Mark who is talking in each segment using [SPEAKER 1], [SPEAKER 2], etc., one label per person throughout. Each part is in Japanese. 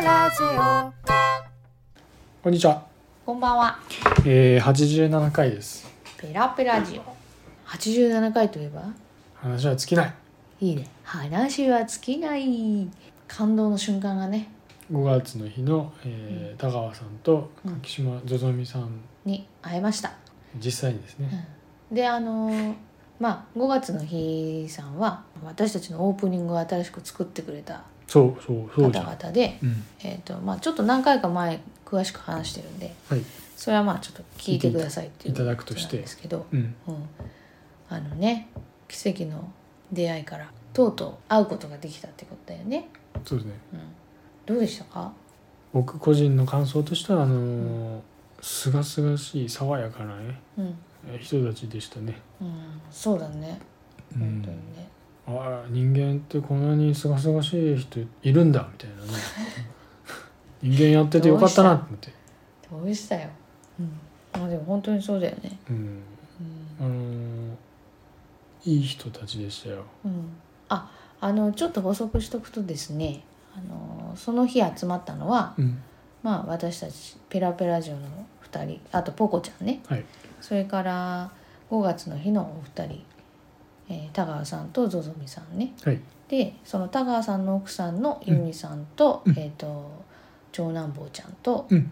[SPEAKER 1] ラジ
[SPEAKER 2] こんにちは、
[SPEAKER 1] オこんばんは
[SPEAKER 2] えー、87回です
[SPEAKER 1] ペラペラジオ87回といえば
[SPEAKER 2] 話は尽きない
[SPEAKER 1] いいね話は尽きない感動の瞬間がね
[SPEAKER 2] 5月の日の、えー田川さんと
[SPEAKER 1] うん
[SPEAKER 2] 柿島ぞぞみさん
[SPEAKER 1] に会えました
[SPEAKER 2] 実際にですね
[SPEAKER 1] であのーまあ5月の日さんは私たちのオープニングを新しく作ってくれた
[SPEAKER 2] そうそうそ
[SPEAKER 1] 方
[SPEAKER 2] うじゃん
[SPEAKER 1] 々で、
[SPEAKER 2] うん
[SPEAKER 1] えーとまあ、ちょっと何回か前詳しく話してるんで
[SPEAKER 2] はい
[SPEAKER 1] それはまあちょっと聞いてくださいっていう
[SPEAKER 2] いただくとし
[SPEAKER 1] こと
[SPEAKER 2] て
[SPEAKER 1] なんですけど、
[SPEAKER 2] うん
[SPEAKER 1] うん、あのね奇跡の出会いからとうとう会うことができたってことだよね、
[SPEAKER 2] そうですね
[SPEAKER 1] うん、どうでしたか
[SPEAKER 2] 僕個人の感想としてはあのーすがすがしい爽やかなね
[SPEAKER 1] うん、
[SPEAKER 2] えー人たちでしたね、
[SPEAKER 1] うん、そうだね
[SPEAKER 2] う
[SPEAKER 1] 本
[SPEAKER 2] ん
[SPEAKER 1] 当にね、
[SPEAKER 2] ああ人間ってこんなにすがすがしい人いるんだみたい なね人間やっててよかったなと思って
[SPEAKER 1] どうしたよ、うん、まあでも本当にそうだよね
[SPEAKER 2] うん
[SPEAKER 1] うん、
[SPEAKER 2] あのーいい人たちでしたよ
[SPEAKER 1] うん、ああのちょっと補足しとくとですねあのその日集まったのは
[SPEAKER 2] うん
[SPEAKER 1] まあ私たちペラペラジオの2人あとポコちゃんね
[SPEAKER 2] はい
[SPEAKER 1] それから5月の日のお二人、えー田川さんとゾゾミさんね
[SPEAKER 2] はい
[SPEAKER 1] でその田川さんの奥さんのユミさんと,、えー、と長男坊ちゃんと
[SPEAKER 2] うん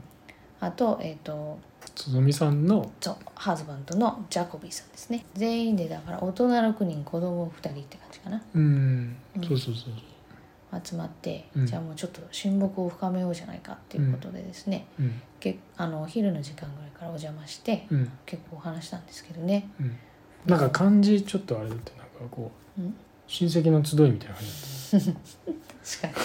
[SPEAKER 1] あと,、えー、と
[SPEAKER 2] つぞみさんの
[SPEAKER 1] そうハズバンドのジャコビーさんですね全員でだから大人6人子供2人って感じかな
[SPEAKER 2] うん
[SPEAKER 1] うん
[SPEAKER 2] そうそうそう
[SPEAKER 1] 集まって、
[SPEAKER 2] うん
[SPEAKER 1] じゃあもうちょっと親睦を深めようじゃないかっていうことでですね、
[SPEAKER 2] うん
[SPEAKER 1] けあのお昼の時間ぐらいからお邪魔して
[SPEAKER 2] うん
[SPEAKER 1] 結構お話したんですけどね、
[SPEAKER 2] うんなんか漢字ちょっとあれだってなんかこう
[SPEAKER 1] うん
[SPEAKER 2] 親戚の集いみたいな感じ
[SPEAKER 1] 確か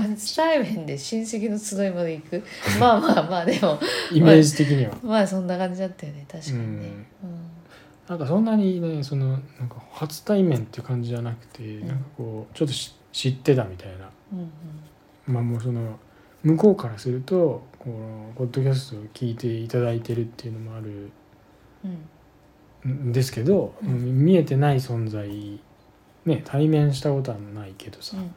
[SPEAKER 1] に 初対面で親戚の集いまで行くまあまあまあでも
[SPEAKER 2] だったイメージ的には
[SPEAKER 1] まあそんな感じだったよね確かにね、うん
[SPEAKER 2] なんかそんなにねそのなんか初対面っていう感じじゃなくて、
[SPEAKER 1] ん
[SPEAKER 2] なんかこうちょっとし知ってたみたいな
[SPEAKER 1] うんうん
[SPEAKER 2] まあもうその向こうからするとこのポッドキャストを聞いていただいてるっていうのもある
[SPEAKER 1] うん
[SPEAKER 2] んですけど、
[SPEAKER 1] うん
[SPEAKER 2] もう見えてない存在ね対面したことはないけどさ、
[SPEAKER 1] うん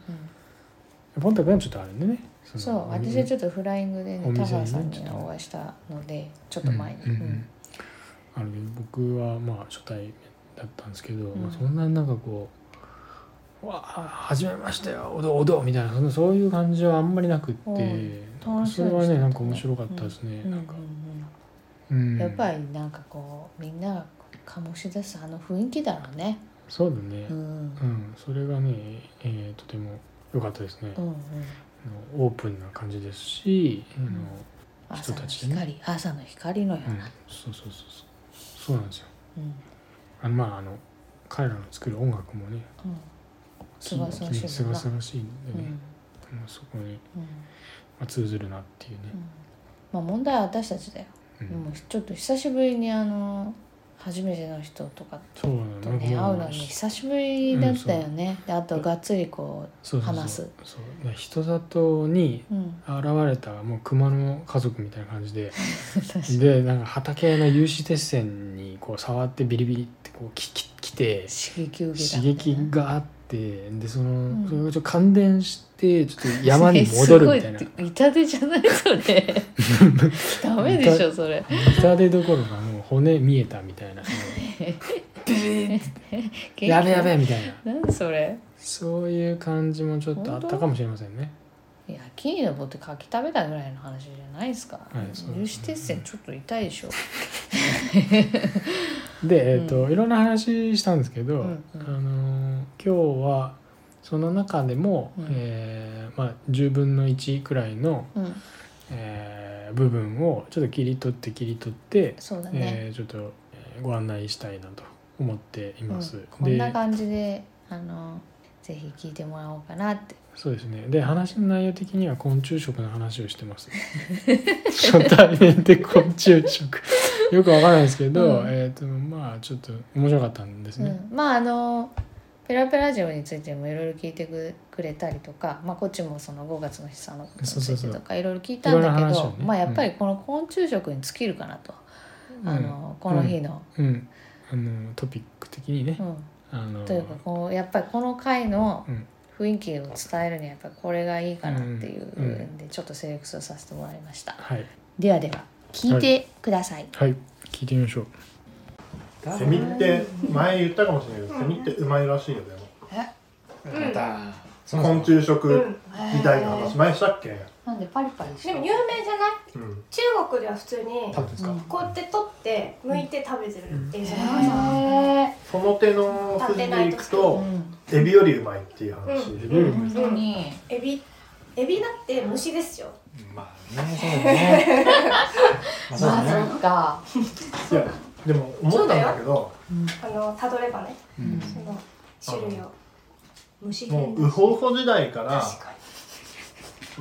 [SPEAKER 2] ポンタ君はちょっとあるんでね
[SPEAKER 1] う
[SPEAKER 2] そ
[SPEAKER 1] ん、
[SPEAKER 2] の
[SPEAKER 1] そう私はちょっとフライングで
[SPEAKER 2] お
[SPEAKER 1] ね田
[SPEAKER 2] 店にね
[SPEAKER 1] 川さんに
[SPEAKER 2] ちょっとね
[SPEAKER 1] お会いしたのでちょっと前に、
[SPEAKER 2] うんうんう
[SPEAKER 1] うんん
[SPEAKER 2] あるけど僕はまあ初対面だったんですけど、
[SPEAKER 1] うん
[SPEAKER 2] まあそんなになんかこう「わあ始めましたよおどおど」みたいなそのそういう感じはあんまりなくって、
[SPEAKER 1] うん
[SPEAKER 2] なんかそれは
[SPEAKER 1] 楽しそうでした
[SPEAKER 2] ね
[SPEAKER 1] ね
[SPEAKER 2] なんか面白かったですね、
[SPEAKER 1] うん
[SPEAKER 2] な
[SPEAKER 1] うん
[SPEAKER 2] か、
[SPEAKER 1] ん
[SPEAKER 2] うん
[SPEAKER 1] やっぱりなんかこうみんなが醸し出すあの雰囲気だろうね、
[SPEAKER 2] そうだね
[SPEAKER 1] う、ん、
[SPEAKER 2] うんそれがね、えーとても良かったですね、
[SPEAKER 1] うんうん
[SPEAKER 2] あのオープンな感じですし、あの
[SPEAKER 1] ん朝
[SPEAKER 2] 人
[SPEAKER 1] の
[SPEAKER 2] たちね
[SPEAKER 1] 光、朝の光のよう
[SPEAKER 2] うん
[SPEAKER 1] な、
[SPEAKER 2] そうそうそうそうそうなんですよ
[SPEAKER 1] うん
[SPEAKER 2] あのまああの彼らの作る音楽もね
[SPEAKER 1] うんすがすがしいもんな
[SPEAKER 2] すがすがしいんで
[SPEAKER 1] う
[SPEAKER 2] ね、
[SPEAKER 1] ん
[SPEAKER 2] まあそこに
[SPEAKER 1] うん
[SPEAKER 2] まあ通ずるなっていうね
[SPEAKER 1] う、んまあ問題は私たちだよ、
[SPEAKER 2] うん
[SPEAKER 1] でもちょっと久しぶりにあの初めての人とか
[SPEAKER 2] そう
[SPEAKER 1] と
[SPEAKER 2] だね
[SPEAKER 1] ね
[SPEAKER 2] なん
[SPEAKER 1] 会う
[SPEAKER 2] かも
[SPEAKER 1] のに久しぶりだったよね、であとがっつりこ
[SPEAKER 2] そうそうそう
[SPEAKER 1] 話す
[SPEAKER 2] そうだから人里に
[SPEAKER 1] う、うん、
[SPEAKER 2] 現れたもう熊の家族みたいな感じで
[SPEAKER 1] 確かに
[SPEAKER 2] でなんか畑の有刺鉄線にこう触ってビリビリってこうきききて
[SPEAKER 1] 刺激受けたん
[SPEAKER 2] 刺
[SPEAKER 1] だよね
[SPEAKER 2] 激があってでその、
[SPEAKER 1] ん
[SPEAKER 2] それがちょっと感電してちょっと山に戻るみたいな
[SPEAKER 1] すご痛手じゃないそ れダメでしょそれ
[SPEAKER 2] 痛手どころかもう骨見えたみ たいなそのビリビリってやべやべみたいな
[SPEAKER 1] 何それ
[SPEAKER 2] そういう感じもちょっとあったかもしれませんね
[SPEAKER 1] いや木に登って柿食べたぐらいの話じゃないですか、
[SPEAKER 2] いそう
[SPEAKER 1] 有刺鉄線ちょっと痛いでしょ
[SPEAKER 2] で、えっといろんな話したんですけど、
[SPEAKER 1] うんうん
[SPEAKER 2] あのー今日はその中でも、
[SPEAKER 1] うん
[SPEAKER 2] えーまあ、10分の1くらいの、
[SPEAKER 1] うん
[SPEAKER 2] えー部分をちょっと切り取って切り取って、
[SPEAKER 1] そうだね、
[SPEAKER 2] えーちょっとえーご案内したいなと思っています。
[SPEAKER 1] うんこんな感じであのぜひ聞いてもらおうかなって
[SPEAKER 2] そうですね。で話の内容的には昆虫食の話をしてます。初対面で昆虫食よくわからないですけど、
[SPEAKER 1] うん
[SPEAKER 2] えっ、とまあちょっと面白かったんですね。
[SPEAKER 1] うん、まああのペラペラジオについてもいろいろ聞いてくくれたりとか、まあ、こっちもその5月の日さんのことにつ
[SPEAKER 2] そう
[SPEAKER 1] い
[SPEAKER 2] そ
[SPEAKER 1] て
[SPEAKER 2] うそう
[SPEAKER 1] とかいろいろ聞いたんだけ
[SPEAKER 2] いろんな話
[SPEAKER 1] ど
[SPEAKER 2] をね
[SPEAKER 1] まあやっぱりこの昆虫食に尽きるかなと、
[SPEAKER 2] うん
[SPEAKER 1] あのこの日の、
[SPEAKER 2] うん、あのトピック的にね
[SPEAKER 1] う、ん
[SPEAKER 2] あの
[SPEAKER 1] というかこうやっぱりこの回の
[SPEAKER 2] うん
[SPEAKER 1] 雰囲気を伝えるにはやっぱりこれがいいかなっていう
[SPEAKER 2] うんうん
[SPEAKER 1] んでちょっとセレクトさせてもらいました
[SPEAKER 2] はい
[SPEAKER 1] ではでは聞いてください、
[SPEAKER 2] はい聞いてみましょう
[SPEAKER 3] セミって前言ったかもしれないけど、セミってうまいらしいよでも
[SPEAKER 4] うん
[SPEAKER 3] 昆虫食
[SPEAKER 4] う
[SPEAKER 3] みたいな話前したっけ
[SPEAKER 1] なんでパリパリし
[SPEAKER 4] で
[SPEAKER 1] て
[SPEAKER 4] も
[SPEAKER 1] る
[SPEAKER 4] 有名じゃない
[SPEAKER 3] うん
[SPEAKER 4] 中国では普通に
[SPEAKER 5] 食べてんですか、
[SPEAKER 1] うん
[SPEAKER 4] こうやって取って剥いて食べてるっていうじゃないですか
[SPEAKER 1] へ
[SPEAKER 3] その手の筋でいく
[SPEAKER 1] ーう
[SPEAKER 3] と
[SPEAKER 1] ん
[SPEAKER 3] エビよりうまいっていう話、
[SPEAKER 4] う
[SPEAKER 2] うん
[SPEAKER 1] 本当に
[SPEAKER 4] エビエビだって虫ですよ
[SPEAKER 5] まあねそうだねまあそう
[SPEAKER 1] まあ
[SPEAKER 5] だね
[SPEAKER 1] そっか
[SPEAKER 3] いやでも思ったんだけど
[SPEAKER 4] あのたどればね
[SPEAKER 5] うん
[SPEAKER 4] その種類を虫で
[SPEAKER 3] もうウホウホ時代から
[SPEAKER 4] 確か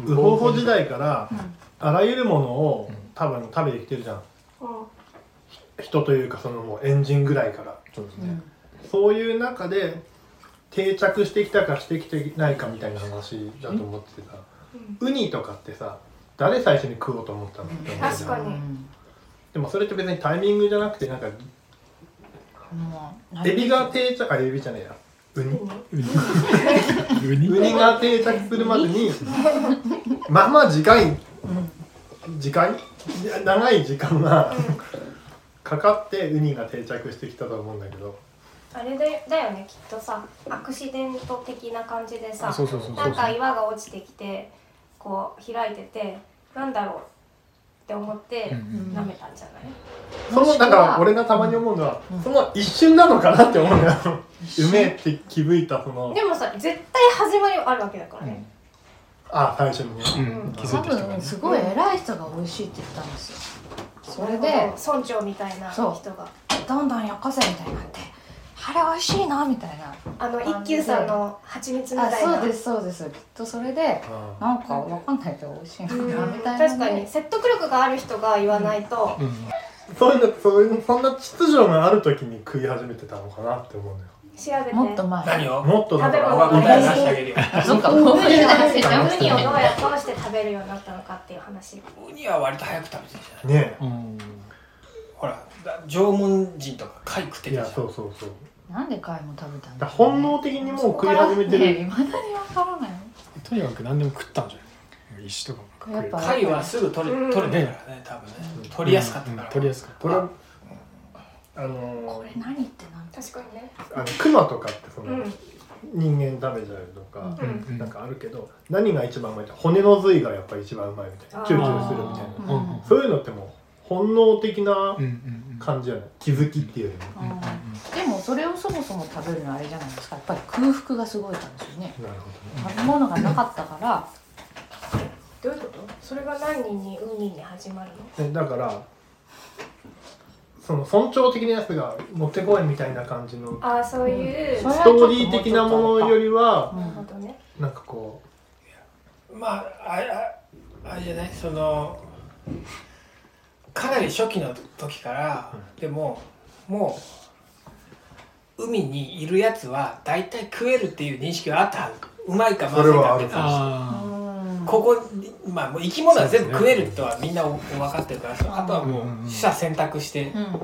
[SPEAKER 3] ウホウホ時代からあらゆるものを多分食べてきてるじゃん
[SPEAKER 4] にうん
[SPEAKER 3] 人というかそのもうエンジンぐらいから
[SPEAKER 5] そうです
[SPEAKER 1] う
[SPEAKER 5] ね
[SPEAKER 1] ん
[SPEAKER 3] そういう中で定着してきたかしてきてないかみたいな話だと思っててさ、ウニとかってさ誰最初に食おうと思ったのって思うじゃん
[SPEAKER 4] 確かに
[SPEAKER 3] でもそれって別にタイミングじゃなくてなんか
[SPEAKER 1] もう
[SPEAKER 3] エビが定着あエビじゃねえやウニ
[SPEAKER 2] ウニ
[SPEAKER 3] ウニが定着するまでにまあまあ時間時間いや長い時間がかかってウニが定着してきたと思うんだけど
[SPEAKER 4] あれでだよねきっとさアクシデント的な感じでさ
[SPEAKER 2] そうそうそうそう
[SPEAKER 4] なんか岩が落ちてきてこう開いててなんだろうって思って
[SPEAKER 5] うん
[SPEAKER 4] 舐めたんじゃない、
[SPEAKER 3] そのだから俺がたまに思うのは、その一瞬なのかなって思うんだようめえって気づいたその
[SPEAKER 4] でもさ絶対始まりはあるわけだからね、
[SPEAKER 3] あ最初にね
[SPEAKER 2] うん気づ
[SPEAKER 1] 多
[SPEAKER 2] いてきたから
[SPEAKER 1] 分
[SPEAKER 2] ね
[SPEAKER 1] すごい偉い人が美味しいって言ったんですよそれ
[SPEAKER 4] なる
[SPEAKER 1] で
[SPEAKER 4] ほど村長みたいな
[SPEAKER 1] そう
[SPEAKER 4] 人が
[SPEAKER 1] どんどんよこせみたいになってあれ美味しいなみたいな
[SPEAKER 4] あの
[SPEAKER 1] あ
[SPEAKER 4] 一休さんの蜂蜜み
[SPEAKER 1] あ
[SPEAKER 4] たいな
[SPEAKER 1] そうですそうですきっとそれで
[SPEAKER 3] あ
[SPEAKER 1] なんかわかんないけど美味しいな
[SPEAKER 4] うん
[SPEAKER 1] みたいな
[SPEAKER 4] 確かに説得力がある人が言わないと、
[SPEAKER 3] そういうのそういうのそんな秩序がある時に食い始めてたのかなって思うんだよ
[SPEAKER 4] 調べて
[SPEAKER 1] もっと前
[SPEAKER 5] 何を
[SPEAKER 3] もっとだか
[SPEAKER 4] 食べ
[SPEAKER 3] ら
[SPEAKER 4] 物
[SPEAKER 5] 答
[SPEAKER 4] が
[SPEAKER 5] え出してあげるよ
[SPEAKER 1] そっか
[SPEAKER 4] ウニを
[SPEAKER 1] 思い
[SPEAKER 4] ウ
[SPEAKER 1] 出せちゃう
[SPEAKER 4] ニをどうやどうして食べるようになったのかっていう話
[SPEAKER 5] ウニは割と早く食べてるじゃない
[SPEAKER 3] ね
[SPEAKER 2] うん
[SPEAKER 5] ほらだ縄文人とか貝食っ
[SPEAKER 3] え
[SPEAKER 5] てる
[SPEAKER 3] い
[SPEAKER 5] じゃ
[SPEAKER 3] や
[SPEAKER 5] ん
[SPEAKER 3] そうそうそう
[SPEAKER 1] なんで貝も食べたんだ
[SPEAKER 3] だから本能的にもう食い始めてる
[SPEAKER 1] いまだにわからない
[SPEAKER 2] とにかく何でも食ったんじゃない石とかも食える
[SPEAKER 1] やっぱ
[SPEAKER 5] 貝はすぐ取れ
[SPEAKER 4] うん
[SPEAKER 5] 取れてるからね多分ね取りやすかったから、
[SPEAKER 2] うん取りやすかった
[SPEAKER 3] これあの
[SPEAKER 1] こ
[SPEAKER 3] ー
[SPEAKER 1] れ何ってなんだ
[SPEAKER 4] 確かにね
[SPEAKER 3] あのクマとかってその、
[SPEAKER 4] うん
[SPEAKER 3] 人間食べちゃうとか、
[SPEAKER 4] うん
[SPEAKER 2] うん
[SPEAKER 3] なんかあるけど何が一番うまいって骨の髄がやっぱり一番うまいみたい
[SPEAKER 4] あ
[SPEAKER 3] な
[SPEAKER 4] ー
[SPEAKER 3] チュルチュルするみたいな
[SPEAKER 2] うんうん
[SPEAKER 3] そういうのってもう本能的な
[SPEAKER 2] うんうん
[SPEAKER 3] 感じじゃない気づきっていうよりも、
[SPEAKER 1] うんでもそれをそもそも食べるのあれじゃないですかやっぱり空腹がすごいたんですよね
[SPEAKER 3] なるほ
[SPEAKER 1] 食べ物がなかったから
[SPEAKER 4] どういうことそれが何人にウニに始まるの
[SPEAKER 3] どねねだからその尊重的なやつが持ってこいみたいな感じの
[SPEAKER 4] ああそういう、
[SPEAKER 1] うん
[SPEAKER 3] ストーリー的なものよりは
[SPEAKER 4] なるほどね
[SPEAKER 3] なんかこ
[SPEAKER 5] まああれああれじゃないそのかなり初期の時から、でももう海にいるやつは大体食えるっていう認識はあったはずうまいかまずいかは別にして
[SPEAKER 2] あ
[SPEAKER 1] うん
[SPEAKER 5] ここにまあもう生き物は全部食えるとはみんな分かってるから、あとはもう
[SPEAKER 2] うんうんうん
[SPEAKER 5] 取捨選択して
[SPEAKER 1] うん
[SPEAKER 2] あ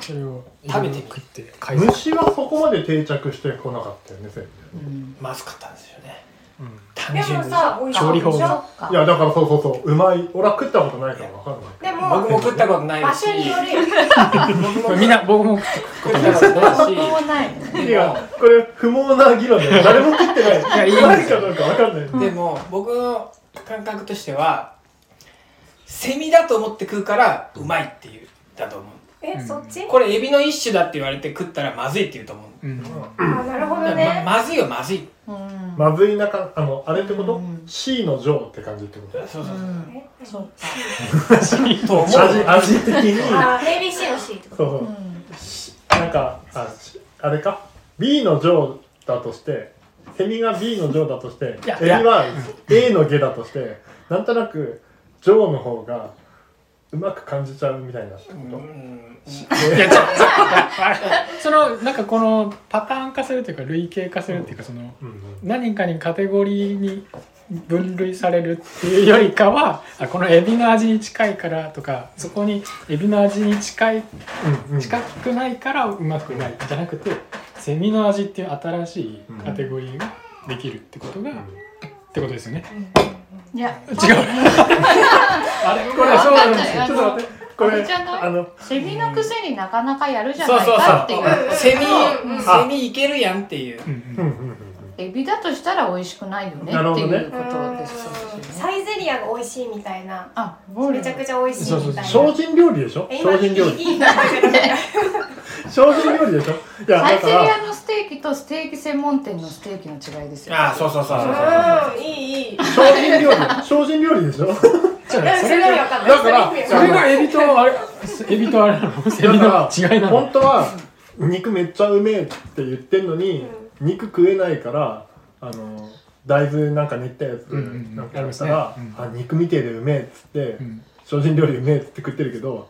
[SPEAKER 2] それを
[SPEAKER 5] 食べてみる
[SPEAKER 2] 食って
[SPEAKER 3] う
[SPEAKER 2] 解散
[SPEAKER 3] 虫はそこまで定着してこなかったよね全部
[SPEAKER 1] うん
[SPEAKER 5] まずかったんですよね
[SPEAKER 2] うん
[SPEAKER 5] 単
[SPEAKER 4] でも
[SPEAKER 5] 純に
[SPEAKER 4] さ美味し
[SPEAKER 2] 調理法
[SPEAKER 4] いでし
[SPEAKER 2] が
[SPEAKER 4] ょ
[SPEAKER 1] そっか
[SPEAKER 3] いやだからそうそうそううまい俺は食ったことないから分かんない
[SPEAKER 4] でも
[SPEAKER 5] 僕も食ったことないし
[SPEAKER 4] 場所によるよ
[SPEAKER 2] まあみんな僕も
[SPEAKER 5] 食ったことないし
[SPEAKER 1] そこもない
[SPEAKER 3] いや、これ不毛な議論で誰も食ってないい。
[SPEAKER 2] やいいんです
[SPEAKER 3] うまいかどうかわかんない。
[SPEAKER 5] でも僕の感覚としてはセミだと思って食うからうまいっていうだと思う
[SPEAKER 4] えそっち
[SPEAKER 5] これエビの一種だって言われて食ったらまずいって言うと思う
[SPEAKER 2] うん
[SPEAKER 4] あなるほど
[SPEAKER 5] だから
[SPEAKER 4] ね
[SPEAKER 5] ままずいはまずい
[SPEAKER 1] うん
[SPEAKER 3] まずいなか、あの、あれってこと、
[SPEAKER 1] うん
[SPEAKER 3] ?C のジョーって感じってこと
[SPEAKER 5] そうそう
[SPEAKER 1] う
[SPEAKER 5] そ
[SPEAKER 1] ん
[SPEAKER 4] え
[SPEAKER 1] そっか
[SPEAKER 5] うと思
[SPEAKER 3] 味、
[SPEAKER 5] う
[SPEAKER 3] 味的に。そう
[SPEAKER 4] あー ABC の C ってこと
[SPEAKER 3] そうう。
[SPEAKER 1] ん
[SPEAKER 3] なんか、あしあれか ?B のジョーだとして、セミが B のジョーだとして、エビは A のゲだとして、なんとなく、ジョーの方が、うまく感じちゃうみたいなってこ
[SPEAKER 5] う
[SPEAKER 3] と。
[SPEAKER 5] ん
[SPEAKER 2] いやちょちょそのなんかこのパターン化するというか類型化するというかその
[SPEAKER 3] うんうん
[SPEAKER 2] 何かにカテゴリーに分類されるっていうよりかはあこのエビの味に近いからとかそこにエビの味に近い
[SPEAKER 3] うんうん
[SPEAKER 2] 近くないからうまくないじゃなくてセミの味っていう新しいカテゴリーができるってことがってことですよね
[SPEAKER 1] いや
[SPEAKER 2] 違うあれこれそうなんですよ
[SPEAKER 1] あ
[SPEAKER 3] ちょ
[SPEAKER 1] の
[SPEAKER 3] っと待ってこ
[SPEAKER 1] あ
[SPEAKER 3] れ
[SPEAKER 1] れじゃない
[SPEAKER 3] あの
[SPEAKER 1] セミのくせになかなかやるじゃ
[SPEAKER 5] そう
[SPEAKER 1] ない
[SPEAKER 5] そう
[SPEAKER 1] かっていう
[SPEAKER 5] そうセミ
[SPEAKER 1] うん
[SPEAKER 5] セミいけるやんっていう
[SPEAKER 2] うんうん
[SPEAKER 3] ううん
[SPEAKER 2] ん
[SPEAKER 3] うんうん
[SPEAKER 1] エビだとしたら美味しくないよね
[SPEAKER 3] なる
[SPEAKER 1] っ
[SPEAKER 3] ほ
[SPEAKER 1] て
[SPEAKER 3] どね
[SPEAKER 1] いうことですよね
[SPEAKER 4] サイゼリアが美味しいみたいな
[SPEAKER 1] あボール
[SPEAKER 4] めちゃくちゃ美味しいみたいな
[SPEAKER 3] 精進料理でしょ
[SPEAKER 4] え今
[SPEAKER 3] 精進料理
[SPEAKER 4] いいな
[SPEAKER 3] 精進料理でしょいや
[SPEAKER 1] サ
[SPEAKER 3] だ
[SPEAKER 1] イゼ
[SPEAKER 3] か
[SPEAKER 1] リ
[SPEAKER 3] ら
[SPEAKER 1] アのステーキとステーキ専門店のステーキの違いですよ
[SPEAKER 5] ああそうそうそうそう
[SPEAKER 4] うんいいいい
[SPEAKER 3] 精進料理精進料理でしょ
[SPEAKER 2] じゃあ
[SPEAKER 4] それより分かんない
[SPEAKER 3] だから
[SPEAKER 4] それより分
[SPEAKER 2] そ
[SPEAKER 4] かん
[SPEAKER 2] れ
[SPEAKER 4] ない
[SPEAKER 2] がエビとあれエビとあれなのセミの違いなの
[SPEAKER 3] 本当は肉めっちゃうめえって言ってんのに、肉食えないからあの大豆なんか練ったやつ
[SPEAKER 2] うんうん
[SPEAKER 3] なんかやったら、
[SPEAKER 2] ありますね
[SPEAKER 3] あ肉みてえでうめえっつって、
[SPEAKER 2] うん
[SPEAKER 3] 精進料理うめえっつって食ってるけど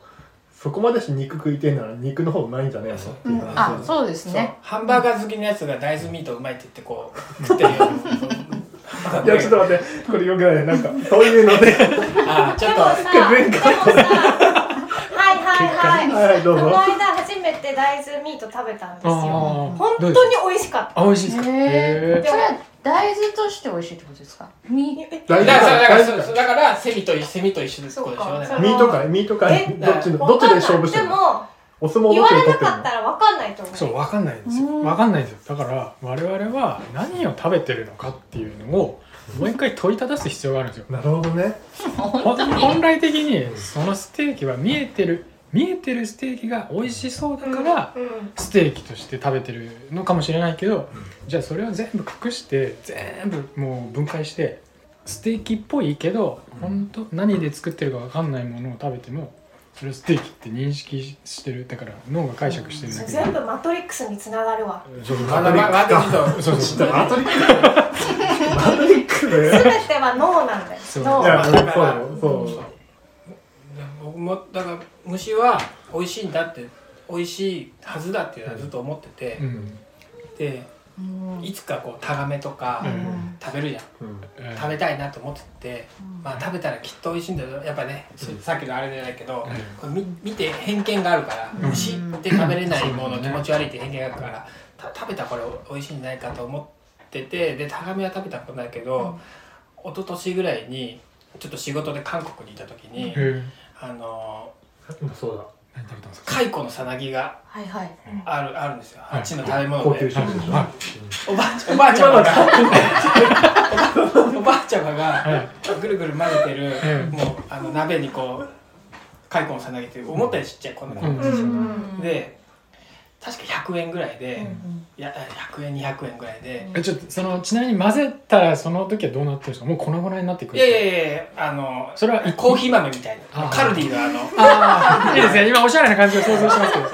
[SPEAKER 3] そこまでして肉食いてえなら肉の方うまいんじゃねえの
[SPEAKER 5] そう
[SPEAKER 3] って
[SPEAKER 1] う
[SPEAKER 3] いうん話
[SPEAKER 1] あそうです
[SPEAKER 5] そう
[SPEAKER 1] ね
[SPEAKER 5] ハンバーガー好きのやつが大豆ミートうまいって言ってこ う食ってるよ
[SPEAKER 3] いやちょっと待ってこれよくないねなんかそういうので
[SPEAKER 5] ああち
[SPEAKER 4] で
[SPEAKER 5] ょっ
[SPEAKER 4] も
[SPEAKER 5] と
[SPEAKER 4] さでもさ
[SPEAKER 3] は
[SPEAKER 4] はいはいはい
[SPEAKER 3] いはいどう
[SPEAKER 4] こ
[SPEAKER 3] ぞ
[SPEAKER 4] の間初めて大豆ミート食べたんですよ
[SPEAKER 2] あー
[SPEAKER 4] 本当に美味しかった
[SPEAKER 2] あ美味しいですか
[SPEAKER 1] へ
[SPEAKER 2] へ
[SPEAKER 1] えそれは大豆として美味しいってことですかみ
[SPEAKER 5] だ
[SPEAKER 3] 大
[SPEAKER 5] からだから
[SPEAKER 3] 大
[SPEAKER 5] だ
[SPEAKER 3] 豆
[SPEAKER 5] からだからセミとセミと一緒ですことでしょ
[SPEAKER 4] そうか
[SPEAKER 5] だ
[SPEAKER 4] そ
[SPEAKER 5] か
[SPEAKER 4] う
[SPEAKER 5] ら
[SPEAKER 3] ミートかいミートかい
[SPEAKER 4] え
[SPEAKER 3] どっちのど
[SPEAKER 4] わ
[SPEAKER 3] っちで
[SPEAKER 4] かんない
[SPEAKER 3] 勝負して
[SPEAKER 4] で
[SPEAKER 3] るの
[SPEAKER 4] も
[SPEAKER 3] お相撲ど
[SPEAKER 4] 言
[SPEAKER 3] っ
[SPEAKER 4] わ
[SPEAKER 3] ちで取ってる
[SPEAKER 4] れなかっ
[SPEAKER 3] の
[SPEAKER 4] たらわかんないと思う
[SPEAKER 2] そうわかんないんです
[SPEAKER 1] う
[SPEAKER 2] よ
[SPEAKER 1] ん
[SPEAKER 2] わかんないんですよだから我々は何を食べてるのかっていうのをもう一回問いただす必要があるんですよ
[SPEAKER 3] なるほどね
[SPEAKER 2] ほ本来的にそのステーキは見えてる見えてるステーキが美味しそうだから
[SPEAKER 4] うんうん
[SPEAKER 2] ステーキとして食べてるのかもしれないけどじゃあそれを全部隠して全部もう分解してステーキっぽいけど本当何で作ってるかわかんないものを食べてもそれをステーキって認識してるだから脳が解釈してるだけで
[SPEAKER 4] 全部マトリックスにつながるわ
[SPEAKER 5] まだまだちょっと
[SPEAKER 2] そう
[SPEAKER 3] ち
[SPEAKER 2] そ
[SPEAKER 3] ょっ
[SPEAKER 2] う
[SPEAKER 3] とマトリックマトリックで
[SPEAKER 4] 全ては脳なんだよ
[SPEAKER 2] そう
[SPEAKER 3] い
[SPEAKER 4] 脳
[SPEAKER 3] やそうだよそう
[SPEAKER 5] そう僕もだから虫は美味しいんだって美味しいはずだっていうのはずっと思ってて、
[SPEAKER 2] うん
[SPEAKER 5] で
[SPEAKER 1] うん
[SPEAKER 5] いつかこうタガメとか
[SPEAKER 2] うん
[SPEAKER 5] 食べるじゃん、
[SPEAKER 3] うん
[SPEAKER 2] えー
[SPEAKER 5] 食べたいなと思ってて、
[SPEAKER 1] うん
[SPEAKER 5] まあ食べたらきっと美味しいんだよやっぱね、そうさっきのあれじゃないけど、
[SPEAKER 2] うん
[SPEAKER 5] これみ見て偏見があるから、
[SPEAKER 2] うん
[SPEAKER 5] 虫って食べれないも
[SPEAKER 2] う
[SPEAKER 5] の
[SPEAKER 2] ん
[SPEAKER 5] 気持ち悪いって偏見があるから、た食べたらこれ美味しいんじゃないかと思っててでタガメは食べたことないけど、一昨年ぐらいにちょっと仕事で韓国にいた時に、
[SPEAKER 2] えー
[SPEAKER 5] あの
[SPEAKER 3] さっきもそうだ
[SPEAKER 2] 何食べたんですか
[SPEAKER 5] 蚕のさなぎが
[SPEAKER 1] はいはい
[SPEAKER 5] あるあるんですよ、
[SPEAKER 2] はい
[SPEAKER 5] あっちの食べ
[SPEAKER 3] 高
[SPEAKER 5] 物
[SPEAKER 3] 級
[SPEAKER 5] で
[SPEAKER 3] 食事でしょ
[SPEAKER 2] は
[SPEAKER 5] おばあちゃんおばあちゃまがおばあちゃまが
[SPEAKER 2] はい
[SPEAKER 5] ぐるぐる混ぜてる、
[SPEAKER 2] うん
[SPEAKER 5] もうあの鍋にこう蚕のさなぎって思ったよりちっちゃいこんな、
[SPEAKER 2] うん
[SPEAKER 4] うんうん
[SPEAKER 5] で確か100円ぐらいで、
[SPEAKER 1] うん
[SPEAKER 5] いや100円200円ぐらいで、
[SPEAKER 2] えちょっとそのちなみに混ぜたらその時はどうなってるんですかもう粉々になってくる
[SPEAKER 5] いやいやいやいやあの
[SPEAKER 2] それは
[SPEAKER 5] コーヒー豆みたいな
[SPEAKER 2] あー
[SPEAKER 5] カルディのあの
[SPEAKER 2] ああいいですね今おしゃれな感じで想像してますけど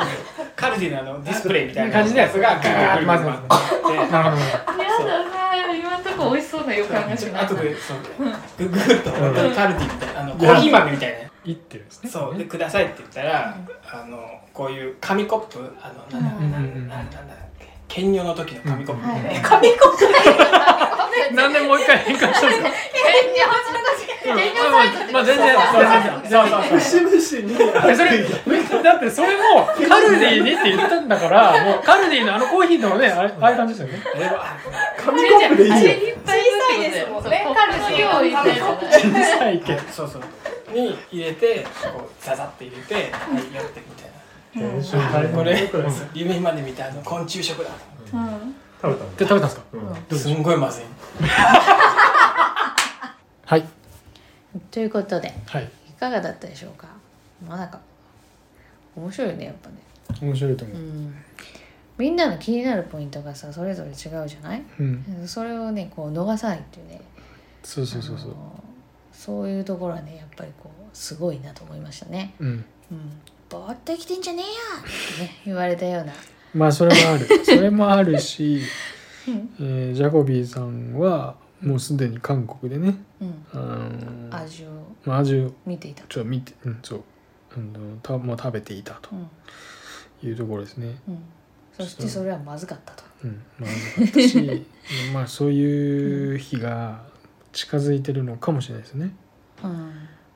[SPEAKER 5] カルディのあのディスプレイみたいな
[SPEAKER 2] 感じのやつが
[SPEAKER 5] ぐるぐるぐるぐる
[SPEAKER 2] まず
[SPEAKER 5] 混ぜて
[SPEAKER 2] な るほどなる
[SPEAKER 1] やだな今のとこ美味しそうな予感がしない
[SPEAKER 5] あとでそうググッと本当にカルディみたいなあのコーヒー豆みたいな
[SPEAKER 2] ほどいってるんですね
[SPEAKER 5] そうでくださいって言ったら、あのこういう紙コップあのなんだ、
[SPEAKER 2] うん
[SPEAKER 5] なん
[SPEAKER 2] うん
[SPEAKER 5] なんだっけ検尿の時の紙コップみたいな、
[SPEAKER 1] はい
[SPEAKER 4] 紙コップ
[SPEAKER 2] なんでもう一回変換したんですか
[SPEAKER 1] 減量サイズって
[SPEAKER 2] まあ全然
[SPEAKER 5] そうそうそう
[SPEAKER 3] 節々に
[SPEAKER 2] えそれ だってそれもカルディにって言ったんだからもうカルディのあのコーヒーのねあれああいう感じですよね
[SPEAKER 5] それは
[SPEAKER 3] 紙コップでいいよ
[SPEAKER 1] あれ引っ張り出すってことだよ
[SPEAKER 4] 小さいで
[SPEAKER 1] そ
[SPEAKER 4] すもんね
[SPEAKER 1] うここの量を入れるのね
[SPEAKER 2] 小さいけど
[SPEAKER 5] そうそうに入れてこうザザって入れてはいやってみたいな
[SPEAKER 3] 練習
[SPEAKER 2] あ
[SPEAKER 3] 大
[SPEAKER 2] れ
[SPEAKER 3] 変
[SPEAKER 5] こ
[SPEAKER 3] だ
[SPEAKER 5] れ
[SPEAKER 3] よこれ
[SPEAKER 5] 夢まで見たあの昆虫食だと
[SPEAKER 3] 食べたの
[SPEAKER 2] で食べたんですか
[SPEAKER 3] うん
[SPEAKER 5] すんごいまずい
[SPEAKER 2] はい
[SPEAKER 1] ということで
[SPEAKER 2] はい
[SPEAKER 1] いかがだったでしょうかまあなんか面白いねやっぱね
[SPEAKER 2] 面白いと思
[SPEAKER 1] う
[SPEAKER 2] うん
[SPEAKER 1] みんなの気になるポイントがさそれぞれ違うじゃない
[SPEAKER 2] うん
[SPEAKER 1] それをねこう逃さないっていうね
[SPEAKER 2] そうそうそうそ
[SPEAKER 1] あ
[SPEAKER 2] う
[SPEAKER 1] のそういうところはねやっぱりこうすごいなと思いましたね
[SPEAKER 2] うん
[SPEAKER 1] うんぼーっと生きてんじゃねえよってね言われたような
[SPEAKER 2] まあそれもあ るそれもあるし
[SPEAKER 1] うん、
[SPEAKER 2] えージャコビーさんはもうすでに韓国でね
[SPEAKER 1] うん、
[SPEAKER 2] あのー
[SPEAKER 1] 味を
[SPEAKER 2] まあ、味を
[SPEAKER 1] 見ていたと
[SPEAKER 2] ちょっと見て、うん、そうあのたもう食べていたと
[SPEAKER 1] うん
[SPEAKER 2] いうところですね。
[SPEAKER 1] うん、そしてそれはまずかったと
[SPEAKER 2] うん、まあ、私 まあそういう日が近づいてるのかもしれないですね。
[SPEAKER 1] うん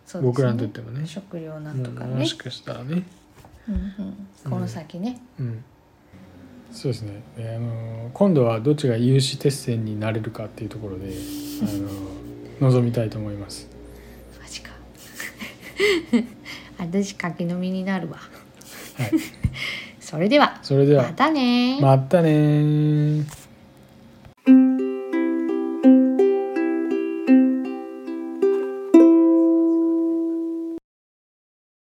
[SPEAKER 1] そうですね
[SPEAKER 2] 僕らにとってもね。
[SPEAKER 1] 食料な
[SPEAKER 2] も
[SPEAKER 1] ん
[SPEAKER 2] う
[SPEAKER 1] とか
[SPEAKER 2] も
[SPEAKER 1] ね
[SPEAKER 2] しかしたらね、
[SPEAKER 1] うんうんこの先ね
[SPEAKER 2] うん、そうですね、えーあのー今度はどっちが有刺鉄線になれるかっていうところで、あのー 望みたいと思います
[SPEAKER 1] マジ か私柿の実になるわ
[SPEAKER 2] はい
[SPEAKER 1] それでは
[SPEAKER 2] それで
[SPEAKER 1] ま
[SPEAKER 2] は
[SPEAKER 1] たねー
[SPEAKER 2] またねー